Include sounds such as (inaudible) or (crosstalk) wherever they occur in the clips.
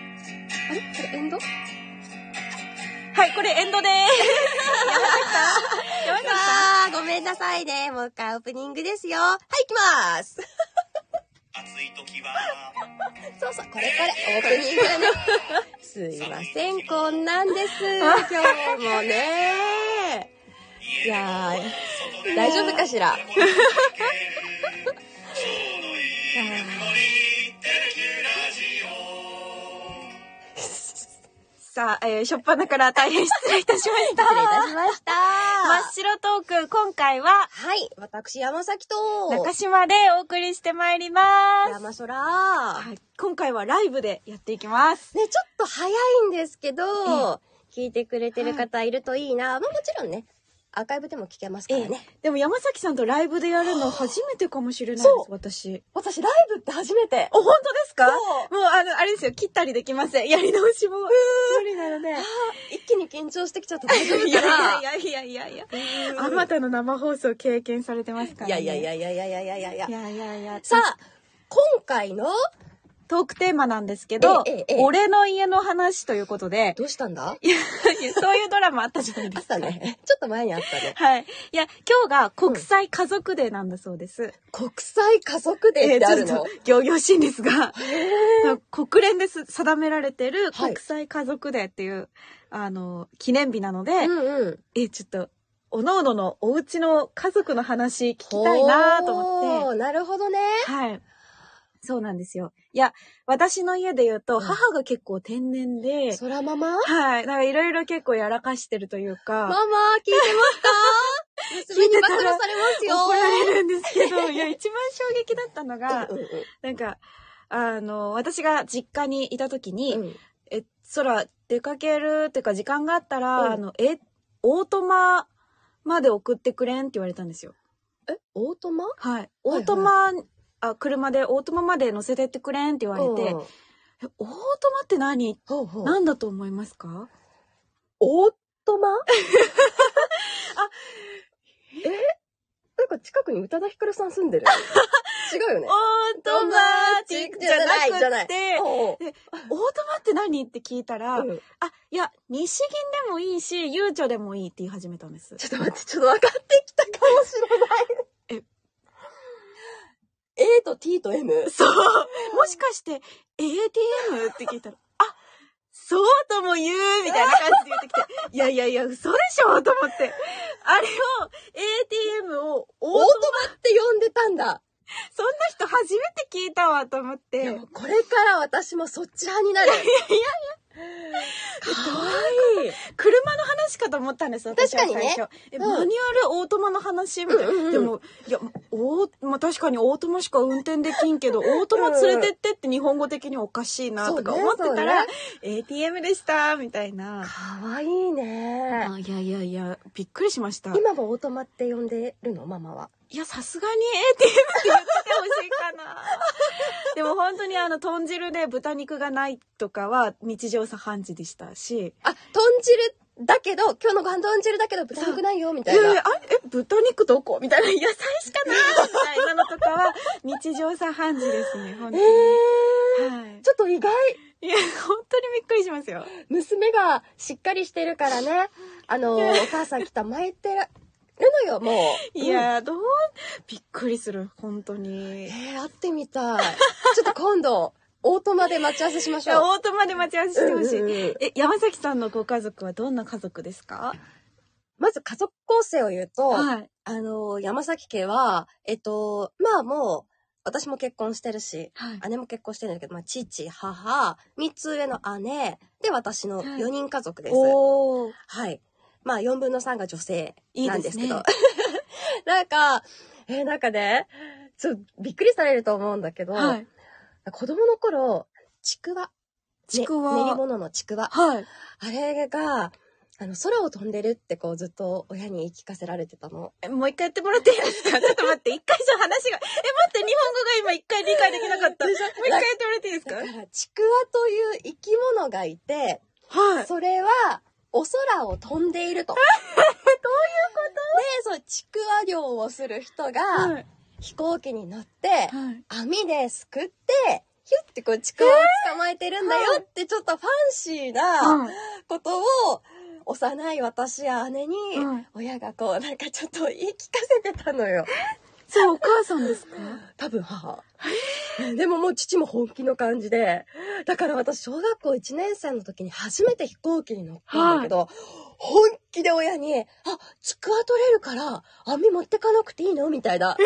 あれこれエンドはい、これエンドでーす。山崎さん山崎さんあー、ごめんなさいね。もう一回オープニングですよ。はい、行きます。暑い時はそうそう、これこれ、オープニングがね。 (laughs) すいません、こんなん (laughs) です。今日もね。いやー、大丈夫かしら。さあ、えー、しょっぱなから大変失礼いたしま (laughs) した。失礼いたしました。真っ白トーク、今回は、はい、私、山崎と、中島でお送りしてまいります。山空。はい、今回はライブでやっていきます。ね、ちょっと早いんですけど、聞いてくれてる方いるといいな。まあもちろんね、アーカイブでも聞けますからね。でも山崎さんとライブでやるの初めてかもしれないですそう、私。私、ライブって初めて。お、本当ですかもそうう、あの、あれですよ、切ったりできません。やり直しも。無理なので。一気に緊張してきちゃった。 (laughs) 大丈夫か (laughs) いなやいやいやいやいや。あまたの生放送経験されてますから、ね。いやいやいやいやいやいやいやいやい。やいやいや。さあ、今回の、トークテーマなんですけど、ええええ俺の家の話ということで、どうしたんだいやそういうドラマあったじゃないであっすか。たね。ちょっと前にあった (laughs) ね。はい。いや、今日が国際家族デーなんだそうです。国際家族デーってあるちょっのと、行々しいんですが、国連です定められてるはい国際家族デーっていう、あの、記念日なので、うんうん。え、ちょっと、おのおののお家の家族の話聞きたいなと思って。て。なるほどね。はい。そうなんですよ。いや、私の家で言うと、うん母が結構天然で、空ママママはい。なんかいろいろ結構やらかしてるというか、聞いてますか (laughs) 娘にバカらされますよ。怒られるんですけ (laughs) ど、いや、一番衝撃だったのがうん、うんうんなんか、あの、私が実家にいた時に、うんえ、空出かけるっていうか時間があったら、うんあの、え、オートマまで送ってくれんって言われたんですよ。え、オートマはい。オートマ、あ、車でオートマまで乗せてってくれんって言われて、うんえオートマって何ほうほう何だと思いますかオートマ (laughs) あ、えなんか近くに宇多田ヒカルさん住ん (laughs) でる。違うよね。オートマチックじゃなくて、おうでオートマって何って聞いたら、うんあ、いや、西銀でもいいし、ゆうちょでもいいって言い始めたんです。ちょっと待って、ちょっと分かってきたかもしれない。え A と T と M。そう。もしかして、ATM って聞いたら、あ、そうとも言うみたいな感じで言ってきて、いやいやいや、嘘でしょと思って。あれを、ATM を、オーおトマって呼んでたんだ。そんな人初めて聞いたわと思っいて。やもうこれから私もそっち派になる。かわいい。車の話かと思ったんです、私は確かにね最初。え、うんマニュアルオートマの話みたいな。うんうんうんでも、いや、おまあ、確かにオートマしか運転できんけど、オートマ連れてってって日本語的におかしいなとかそうね思ってたら、そ ATM でした、みたいな。かわいいね。あいやいやいや、びっくりしました。今もオートマって呼んでるのママは。いや、さすがに ATM って言っててほしいかな。でも本当にあの、豚汁で豚肉がないとかは日常茶飯事でしたし、あ、豚汁だけど、今日のご飯豚汁だけど豚肉ないよ、みたいえな。あれえ豚肉どこみたいな野菜しか (laughs) ないみたいなのとかは日常茶飯事ですね本当えに、ー、はいちょっと意外。いや本当にびっくりしますよ娘がしっかりしてるからね。あの、お母さん来た巻いてるのよ、もう。いやどうびっくりする本当にうん。いえー、会ってみたい。ちょっと今度、オートマで待ち合わせしましやょう。オートマで待ち合わせしてほしい、うんうんうんえ山崎さんのご家族はどんな家族ですかまず家族構成を言うと、はいあの、山崎家は、えっと、まあもう、私も結婚してるし、はい姉も結婚してるんだけど、まあ、父、母、三つ上の姉、で、私の4人家族です。おーはい。まあ、4分の3が女性いいなんでですすねけど。 (laughs) なんか、えーなんかね、ちょっとびっくりされると思うんだけど、はい子供の頃、ちくわ。ちくわね練り物のちくわ。はいあれが、あの、空を飛んでるってこうずっと親に言い聞かせられてたの。えもう一回やってもらっていいです (laughs) かちょっと待って一回じゃ話がえ待って日本語が今一回理解できなか (laughs) ったもう一回やってもらっていいですかだから、ちくわという生き物がいて、はいそれは、お空を飛んでい (laughs) ると。どういうことで、そう、ちくわ漁をする人が、はい飛行機に乗って、はい網ですくって、ヒュッてこう、ちくわを捕まえてるんだよって、ちょっとファンシーなうんことを、幼い私や姉にうん、親がこう、なんかちょっと言い聞かせてたのよ。それお母さんですか多分母。でももう父も本気の感じで。だから私、小学校1年生の時に初めて飛行機に乗ったんだけど、本気で親に、あ、ちくわ取れるから、網持ってかなくていいのみたいな。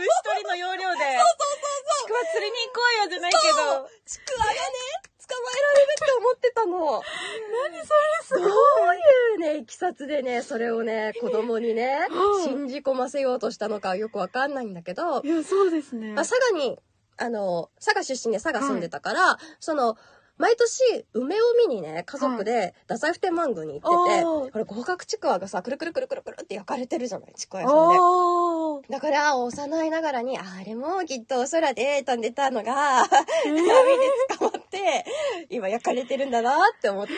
虫取りの要領で。そうそうそうそう。ちくわ釣りに行こうよじゃないけど。ちくわがね、捕まえられるって思ってそたの。れすごい。どういうね、いきさつでね、それをね、子供にねう信ん、じ込ませようとしたのかはよくわかんないんだけど、いや、そうですね。まあ、佐賀に、あの、佐賀出身で佐賀住んでたから、その、毎年、梅を見にね、家族で、太宰府天満宮に行ってて、おーほら、合格ちくわがさ、くるくるくるくるくるって焼かれてるじゃない、ちくわ屋さんで。おー。だから、幼いながらに、あれもきっとお空で飛んでたの (laughs) が、え波で捕まって、今焼かれてるんだなって思って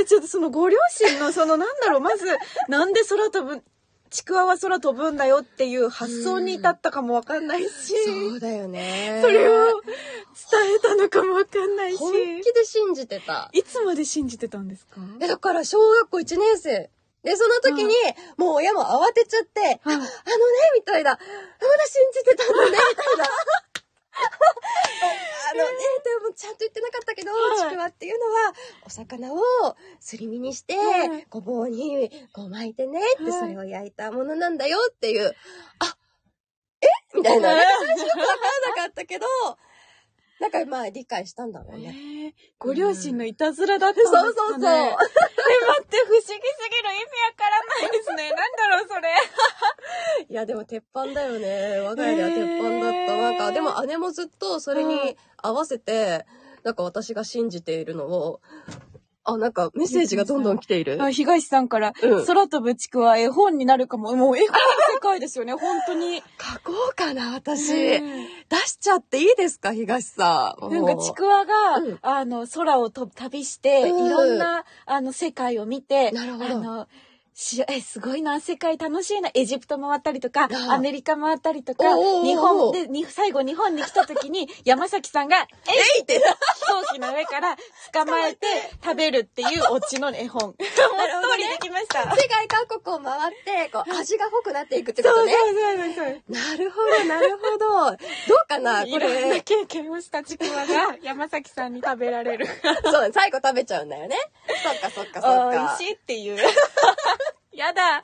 え、ちょっとそのご両親の、そのなんだろう、まず、なんで空飛ぶ、ちくわは空飛ぶんだよっていう発想に至ったかもわかんないし、た。うだよねそれを伝えたのかもわかんないし、本気で信じてた。いつまで信じてたんですかえ、だから小学校1年生。で、その時に、もう親も慌てちゃって、ああのね、みたいな、まだ信じてたんだね、みたいな。あのね、でもちゃんと言ってなかったけど、はいちくわっていうのは、お魚をすり身にしてはい、ごぼうにこう巻いてね、っはいてそれを焼いたものなんだよっていう、あ、えみたいな。なんか最初よくわからなかったけど、なんかまあ理解したんだろうね。えーご両親のいたずらだったんですかね、うんそうそうそうえ、待って、不思議すぎる。意味わからないですね。なんだろう、それ。いや、でも鉄板だよ (laughs) ね。我が家では鉄板だった。へーなんか、でも姉もずっとそれうんに合わせて、なんか私が信じているのを、あ、なんかメッセージがどんどん来ている。 (laughs) あ東さんから、うん空飛ぶちくわ絵本になるかも。もう絵本の世界ですよね、本当に。書こうかな、私。うん出しちゃっていいですか、東さん。なんかちくわが、うんあの、空をと旅して、うんいろんな、あの、世界を見て、なるほどあの、しえ、すごいな、世界楽しいな、エジプト回ったりとか、あアメリカ回ったりとか、おー日本で、に (laughs) 最後日本に来た時に、山崎さんが、えいって、飛行機の上から捕まえて食べるっていうオチの絵 (laughs) 本。もうストーリーできました。世界 (laughs) 各国を回って、こう、味が濃くなっていくってこそとうね。そうそうそう。なるほど、なるほど。どうかな、こいろんなれ。経験をしたちくわ (laughs) が山崎さんに食べられる。そう、最後食べちゃうんだよね。そっか、そっか、そっか。いっていう。 (laughs) やだ。ち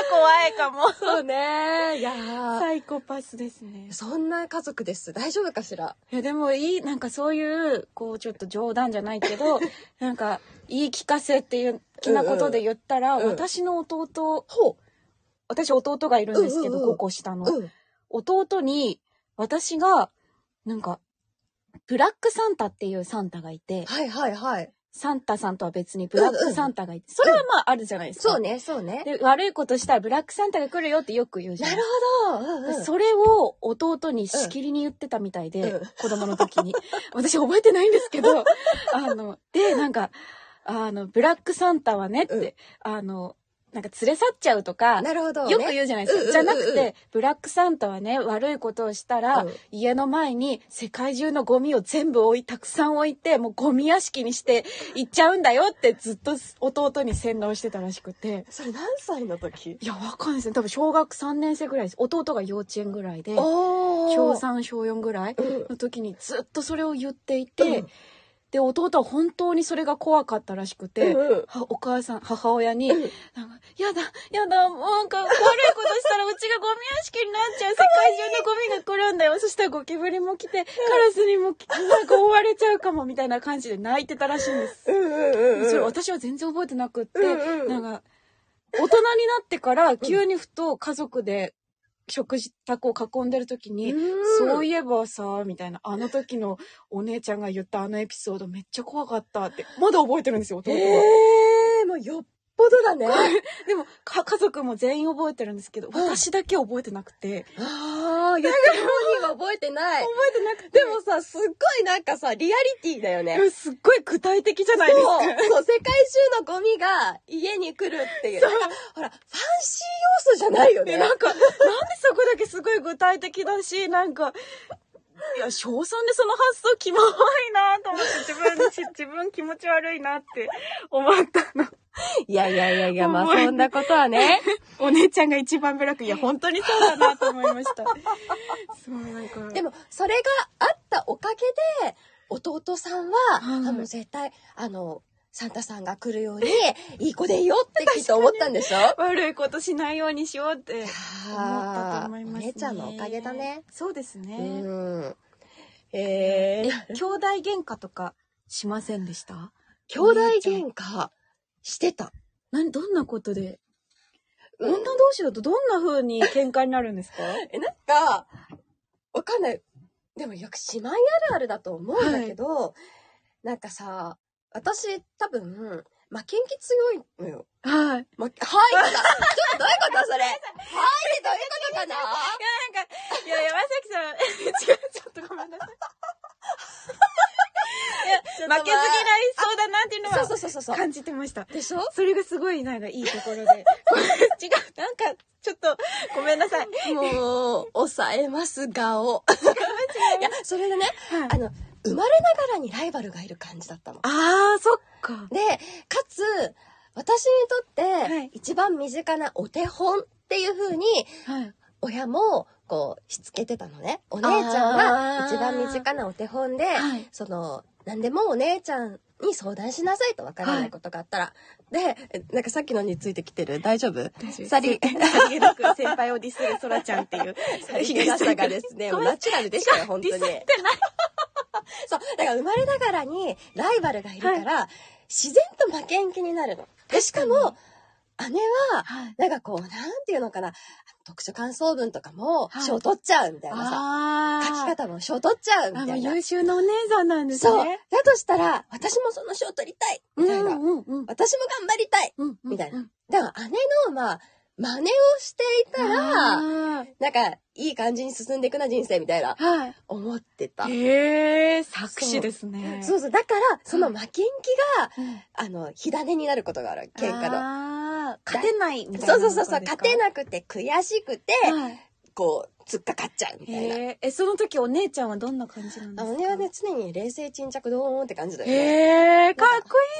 ょっと怖いかも。そうね。いやーサイコパスですね。そんな家族です。大丈夫かしらいや、でもいい、なんかそういう、こう、ちょっと冗談じゃないけ (laughs) ど、なんか、言い聞かせっていう、気なことで言ったら、うんうん私の弟、ほ私弟がいるんですけど、うんうんうん5個下の。う。うん。弟に、私が、なんか、ブラックサンタっていうサンタがいて、はいはいはい。サンタさんとは別にブラックサンタがいて、それはまああるじゃないですか。そうね、そうね。で、悪いことしたらブラックサンタが来るよってよく言うじゃななるいですかほど。うんうん、それを弟にしきりに言ってたみたいで、うん子供の時に。 (laughs) 私覚えてないんです (laughs) けど、あの、で、なんか、あの、ブラックサンタはねって、あの、なんか連れ去っちゃうとか、なるほど、ね。よく言うじゃないですか。うんうんじうゃんなくて、ブラックサンタはね、悪いことをしたら、うん家の前に世界中のゴミを全部置い、たくさん置いて、もうゴミ屋敷にして行っちゃうんだよってずっと弟に洗脳してたらしくて。それ何歳の時いや、わかんないですね。多分小学3年生ぐらいです。弟が幼稚園ぐらいで。おー。小3小4ぐらいうんの時にずっとそれを言っていて、うんで弟は本当にそれが怖かったらしくて、うんうんはお母さん母親に、うんなんかやだやだもうなんか悪いことしたらうちがゴミ屋敷になっちゃう世界中のゴミが来るんだよそしたらゴキブリも来てカラスにも来てなんか追われちゃうかもみたいな感じで泣いてたらしいんです。うんうんうんうん。それ私は全然覚えてなくって、うんうんなんか、大人になってから急にふと家族で食事宅を囲んでる時に、うんそういえばさ、みたいな、あの時のお姉ちゃんが言ったあのエピソードめっちゃ怖かったって、まだ覚えてるんですよ、弟は。えー、もうよっぽどだね。でもか、家族も全員覚えてるんですけど、私だけ覚えてなくて。あー、言って (laughs) る本人は覚えてない。覚えてなくてでもさ、すっごいなんかさ、リアリティだよね。いや、すっごい具体的じゃないですそう、かそう、。世界中のゴミが家に来るっていう。そうなんかほら、ファンシ (laughs) ー要素じゃないよ (laughs) でね。なんか、なんでそこだけすごい具体的だし、なんか、いや、小三でその発想キモいなと思って、自 (laughs) 分、し自分気持ち悪いなって思ったの。いやいやいやいや、まあ重いそんなことはね。お姉ちゃんが一番ブラック。いや、本当にそうだなと思いました。そう、なんか。 (laughs) でも、それがあったおかげで、弟さんは、はいあもう絶対、あの、サンタさんが来るように、いい子でいいよってきっと思ったんで (laughs) しょ悪いことしないようにしようって思ったと思います、ね。お姉ちゃんのおかげだね。。そうですね。うん。ええー、 (laughs) 兄弟喧嘩とかしませんでした兄弟喧嘩してた。何、どんなことでうん女同士だとどんな風に喧嘩になるんです (laughs) かえ、なんか、わかんない。でもよく姉妹あるあるだと思うんだけど、なんかさ、私多分、負けん気強いのよ。はい。ま、はいとか、ちょっとどういうことそれ。はいってどういうことかないや、なんか、いや、山崎さん、違う、 (laughs) ちょっとごめん (laughs) なさい。ちょっとまあ負けず嫌いそうだなっていうのそうはそうそうそうそう。感じてました。でしょそれがすごい、なんかいいとこ (laughs) ろで。違う、なんか、ちょっと、ごめんな (laughs) さい。もう、抑えます顔。いや、それでね、はいあの、生まれながらにライバルがいる感じだったの。あー、そっか。で、かつ、私にとはって、い一番身近なお手本っていう風に、はい。親も、こう、しつけてたのね。お姉ちゃんがあー一番身近なお手本で、はいその、何でもお姉ちゃんに相談しなさいと分からないことがあったら。で、えなんかさっきのについてきてる大丈夫ささり、りさりげなく (laughs) 先輩をディスるそらちゃんっていう。東さがですね、もうナチュラルでしたよ、本当に。ディスってない。そう、だから生まれながらにライバルがいるから、自然と負けん気になるの。で、しかも、姉は、はい。なんかこう、なんていうのかな、読書感想文とかもはい、賞取っちゃうみたいなさ、あ書きー。方も賞取っちゃうみあたの、いな。優秀なお姉さんなんですそう。ね。だとしたら、私もその賞取りたいみたいな。うんうん私も頑張りたいうん。みたいなうん。だから姉の、まあ、真似をしていたら、あなんか、いい感じに進んでいくな、人生みたいな、ーはい。思ってた。へえ、作詞ですね。そうう。そう。だから、その負けん気が、喧あの、火種になることがある。喧嘩の。の。勝てないみたいな。そうそうそうそう。勝てなくて、悔しくて、はい。こう、突っかかっちゃうみたいな。へえ、え、その時お姉ちゃんはどんな感じなんであすのかね、はね、常に冷静沈着どーんって感じだよね。へえ、かっ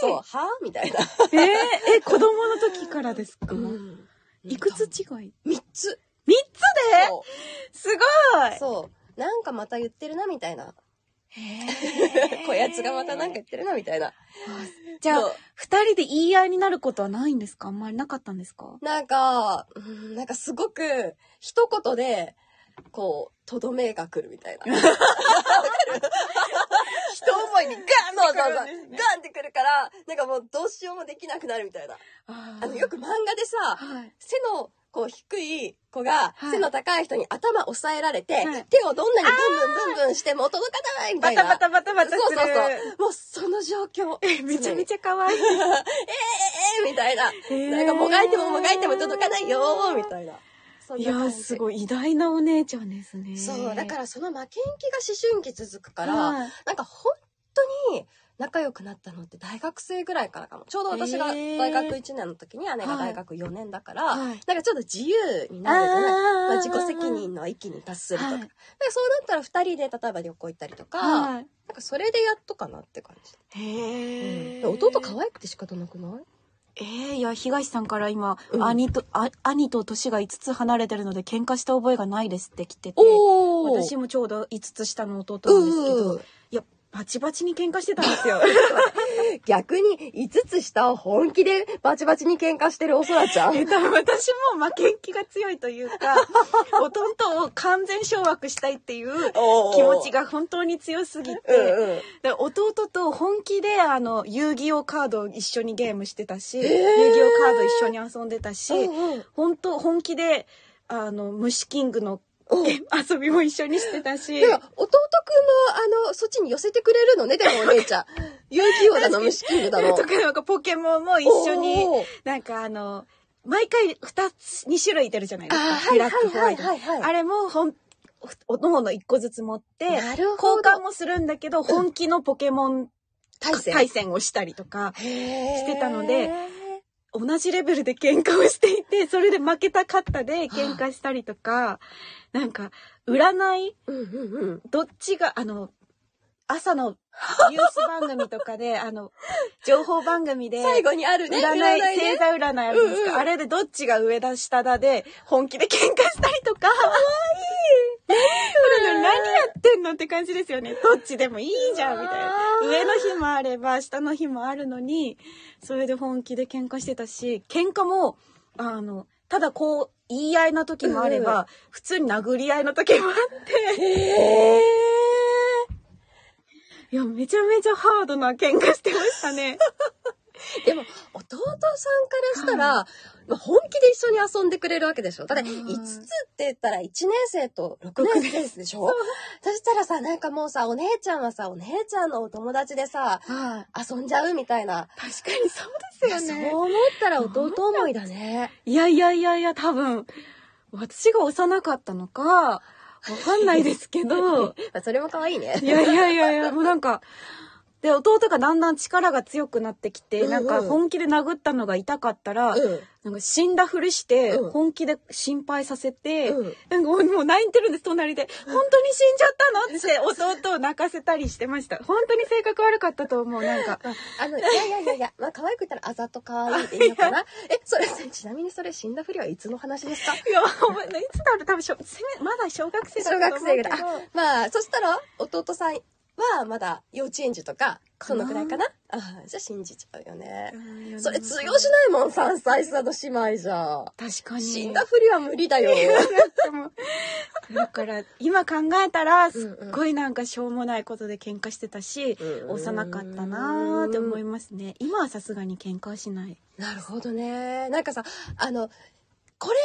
そう、こはみたいな。いい。えー、え、子供の時からですかうんいくつ違い三つ。三つそうですごいそう。なんかまた言ってるな、みたいな。へ (laughs) ーこやつがまたなんか言ってるな、みたいな。あじゃあそう、二人で言い合いになることはないんですかあんまりなかったんですかなんか、うんなんかすごく、一言で、こう、とどめが来るみたい (laughs) な。わかる一思いにガンってくる、ガそうそうそうンってくるから、なんかもうどうしようもできなくなるみたいな。ああの、よく漫画でさ、はい。背のこう低い子がはい背の高い人に頭押さえられて、はい手をどんなにブンブンブンブンしても届かないみたバいな。タバタバタバタする。そうそうそう。もうその状況。え (laughs) めちゃめゃ。ちゃ可 (laughs) 愛い。えー、みたいな。へーなんかもがいてももがいても届かないよー、みたいな。そんいなや感ー、じすごい偉大なお姉ちゃんですね。、そう、だかららその負けん気が思春期続くから、はいなんか本当に仲良くなったのって大学生ぐらいからかも。ちょうど私が大へ学ー1年の時に姉が大学4年だから、はいなんかちょっと自由になるじゃないあーまあ、自己責任の域に達するとか。はいでそうなったら2人で例えば旅行行ったりとか、なはい。んかそれでやっとかなって感じ。へえ。うん弟可愛くて仕方なくないえー、いや、東さんから今、うん兄と、あ兄と年が5つ離れてるので喧嘩した覚えがないですって来てて、おお私もちょうど5つ下の弟なんですけど、いや、バチバチに喧嘩してたんですよ。 (laughs) 逆に5つ下を本気でバチバチに喧嘩してるおそらちゃん。 (laughs) え多分私も負けん気が強いという (laughs) か、弟を完全掌握したいっていう気気持ちが本当に強すぎて、うんうん。で弟と本気であの遊戯王カードを一緒にゲームしてたし、ー遊戯王カード一緒に遊んでたし、うんうん本当本気であの虫キングのうんえ遊びも一緒にして (laughs) たしでも、弟くんの、あの、そっちに寄せてくれるのね、でもお姉 (laughs) ちゃん。遊戯王だの、虫キングだのと。かなんかポケモンも一緒におーなんかあの毎回2つ2種類いてるじゃないですあかーはいブラックホワイトはいはいはいはいあれもほんおのおの1個ずつ持ってなるほ交ど換もするんだけど本気のポケモン対戦。対戦をしたりとかしてたので同じレベルで喧嘩をしていてそれで負けたかったで喧嘩したりとかなんか占いうんうんうん。どっちが、あの、朝のニュース番組と (laughs) かで、あの、情報番組で、最後にある占ね、い、占い星ね。座占いあるんですうか、んうんあれでどっちが上だ下だで、本気で喧嘩したりとか。かわいい何やってんのって感じですよ (laughs) ね。どっちでもいいじゃん、みたいな。うわー上の日もあれば、下の日もあるのに、それで本気で喧嘩してたし、喧嘩も、あの、ただこう、言い合いの時もあれば、うんう普通に殴り合いの時もあって。へいや、めちゃめちゃハードな喧嘩してましたね。ーでも、弟さんからしたら、まあ本気で一緒に遊んでくれるわけでしょ。だって、はい5つって言ったら1年生と6年生でしょそしたらさ、なんかもうさ、お姉ちゃんはさ、お姉ちゃんのお友達でさ、はい。遊んじゃうみたいな。確かにそうですよいやねそう。思ったら弟思いだね。いやいやいやいや、多分、私が幼かったのか、わかんないですけ (laughs) ど、 (laughs) まあそれも可愛いね。いやいやいやいや、もうなんか、で、弟がだんだん力が強くなってきて、うんうんなんか本気で殴ったのが痛かったら、うん。なんか死んだふりして、うん本気で心配させて、うんなんかもうもう泣いてるんです、隣で。本当に死んじゃったのって弟を泣かせたりしてました。本当に性格悪かったと思う、なんか。あの、いやいやいやいや、まあ可愛く言ったらあざと可愛いでいいのか (laughs) な。え、それ、ちなみにそれ死んだふりはいつの話ですか (laughs) いや、お前いつだろう多分しょせめまだ小学生だ小った学と思生うけぐど。らい。あ (laughs) まあ、そしたら、弟さんはまだ幼稚園児とか、そのくらいかな。ああじゃあ信じちゃうよね。うんそれ通用しないもん、3歳差の姉妹じゃ。確かに。死んだふりは無理だよ。でもだから今考えたらうんすっごいなんかしょうもないことで喧嘩してたし、うん幼かったなーって思いますね今はさすがに喧嘩はしないなるほどね。なんかさ、あの、これ、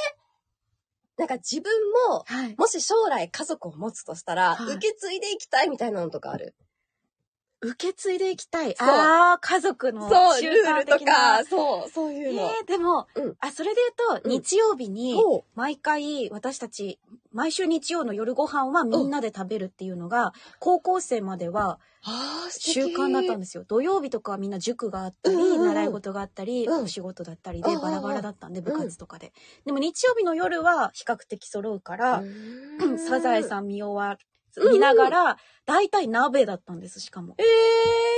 なんか自分も、はいもし将来家族を持つとしたら、はい受け継いでいきたいみたいなのとかある。受け継いでいきたいそうああ家族のそう、習ルー慣ルと的なか、そう、そういえうの。ーでも、うんあそれで言ううとん日曜日にほう毎回私たち毎週日曜の夜ご飯はみんなで食べるっていうのが高校生まではああ、素敵習慣だったんですよ土曜日とかはみんな塾があったり、うんうんうん習い事があったり、うんお仕事だったりでうんうんうんバラバラだったんで部活とかで、でも日曜日の夜は比較的揃うから、うんサザエさん見終わうんうん見ながら大体鍋だったんですしかも。ええ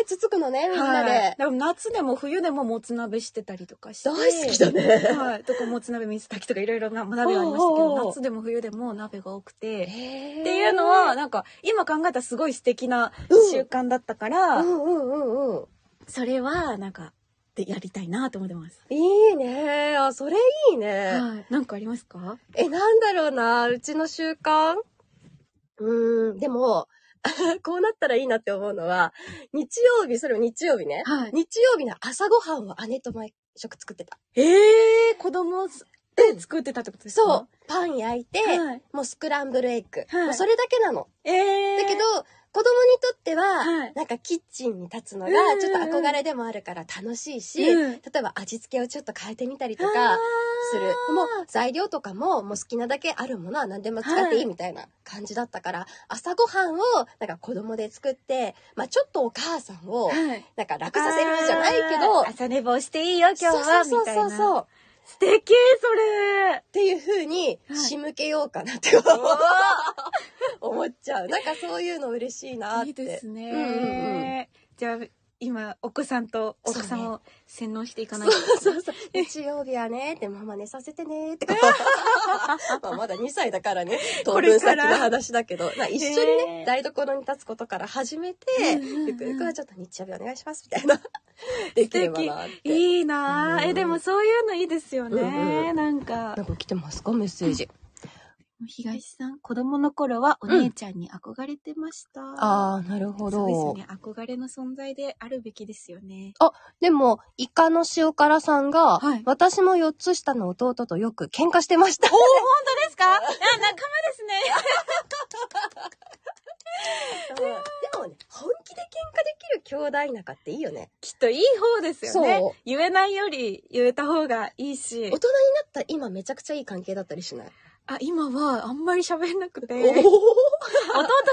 ー、つつくのね、みんなで。はい、でも夏でも冬でももつ鍋してたりとかして大好きだね。はい、とかもつ鍋水炊きとかいろいろな鍋がありましたけおうおうおどう夏でも冬でも鍋が多くって、ってていうのは、なんか今考えたらすごい素敵なうん習慣だったから、うんうんうんうん。それはなんかでやりたいなと思ってます。いいね。あ、それいいね。はい。なんかありますか？え、なんだろうな、うちの習慣うーん、でも、 (laughs) こうなったらいいなって思うのは、日曜日、それも日曜日ね。は。日曜日の朝ごはんは姉と毎食作ってた。ええ子供で作ってたってことですか？そう。パン焼いて、はいもうスクランブルエッグ。はいもうそれだけなの。ええだけど、子供にとっては、はいなんかキッチンに立つのがうんうんうんちょっと憧れでもあるから楽しいし、うん例えば味付けをちょっと変えてみたりととかする。もう材料とかももう好きなだけあるものは何でも使っていはいいみたいな感じだったから、朝ごはんをなんか子供で作って、まあちょっとお母さんをはい。なんか楽させるじゃないけど、朝寝坊していいよ今日そうはそうみたいそな。うそう。っ素敵それ。ていう風にはい仕向けようかなって (laughs) 思っちゃう。なんかそういうの嬉しいなって。いいですね。うんうんうんじゃあ今お子さんと奥さんそうを洗脳していかないそうと。そうそう。 (laughs) 日曜日はね、ってママ寝させてね、って。 (laughs) まあまだ2歳だからね、 (laughs) 当分先の話だけど、まあ一緒にねえね、台所に立つことから始めて、うんうんうんゆくゆくはちょっと日曜日お願いします、みたい (laughs) な。できればなって。いいなあ、うんえでもそういうのいいですよね、うんうんなんかなんか来てますかメッセージ。東さん子供の頃はお姉ちゃんに憧れてました、あああ、なるほそうですよど。ね憧れの存在であるべきですよねでも、イカの塩辛さんがはい、私も4つ下の弟とよく喧嘩してました。そうですかあ仲間ですね (laughs) でもね、本気で喧嘩できる兄弟仲っていいよね。 (laughs) きっといい方ですよそうね言えないより言えた方がいいし大人になった今めちゃくちゃいい関係だったりしない (laughs) あ今はあんまり喋んなくておー弟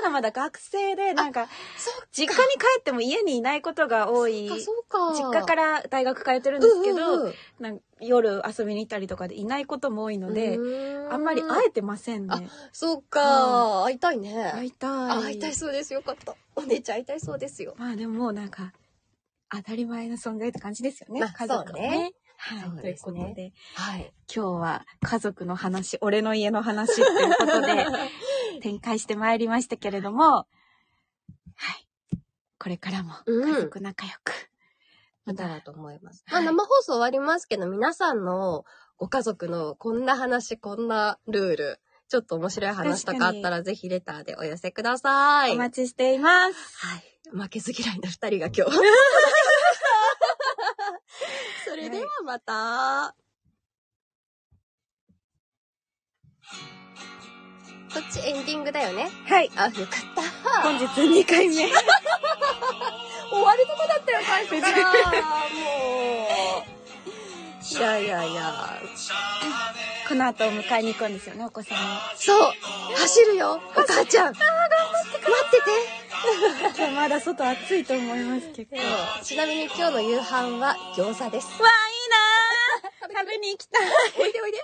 がまだ学生で、なんか、そう実家に帰っても家にいないことが多い。か、実そうか。家からら大学通ってるんですけど、なんか夜遊びに行ったりとかでいないことも多いので、あんまり会えてませんね。そうか、会いたいね。会いたい。あ会いたいそうです。よかった。お姉ちゃん会いたいそうですよ。まあでももうなんか、当たり前の存在って感じですよね。まあ家族そうはねね。はい、そうというですこねとで、はい。今日は家族の話、俺の家の話っていうこと (laughs) で展開してまいりましたけれども、はい。これからもうん家族仲良く。だまたらと思います。はいまあ生放送終わりますけど、皆さんのご家族のこんな話、こんなルール、ちょっと面白い話とかあったらぜひレターでお寄せください。お待ちしています。はい。負けず嫌いな二人が今 (laughs) 日。それではまた。こっちエンディングだよね。はい。あ、よかった。本日2回目。終わるとこだったよ、最初から。もう。 (laughs) いやいやいや。この後お迎えに行くんですよね、お子さ (laughs) んを。そう走るよお母ちゃん待って今日まだ外暑いと思います、結構。てわあ、そうちなみに今日の夕飯は餃子です。いいなー食べに行きたい。 (laughs) おいでおいで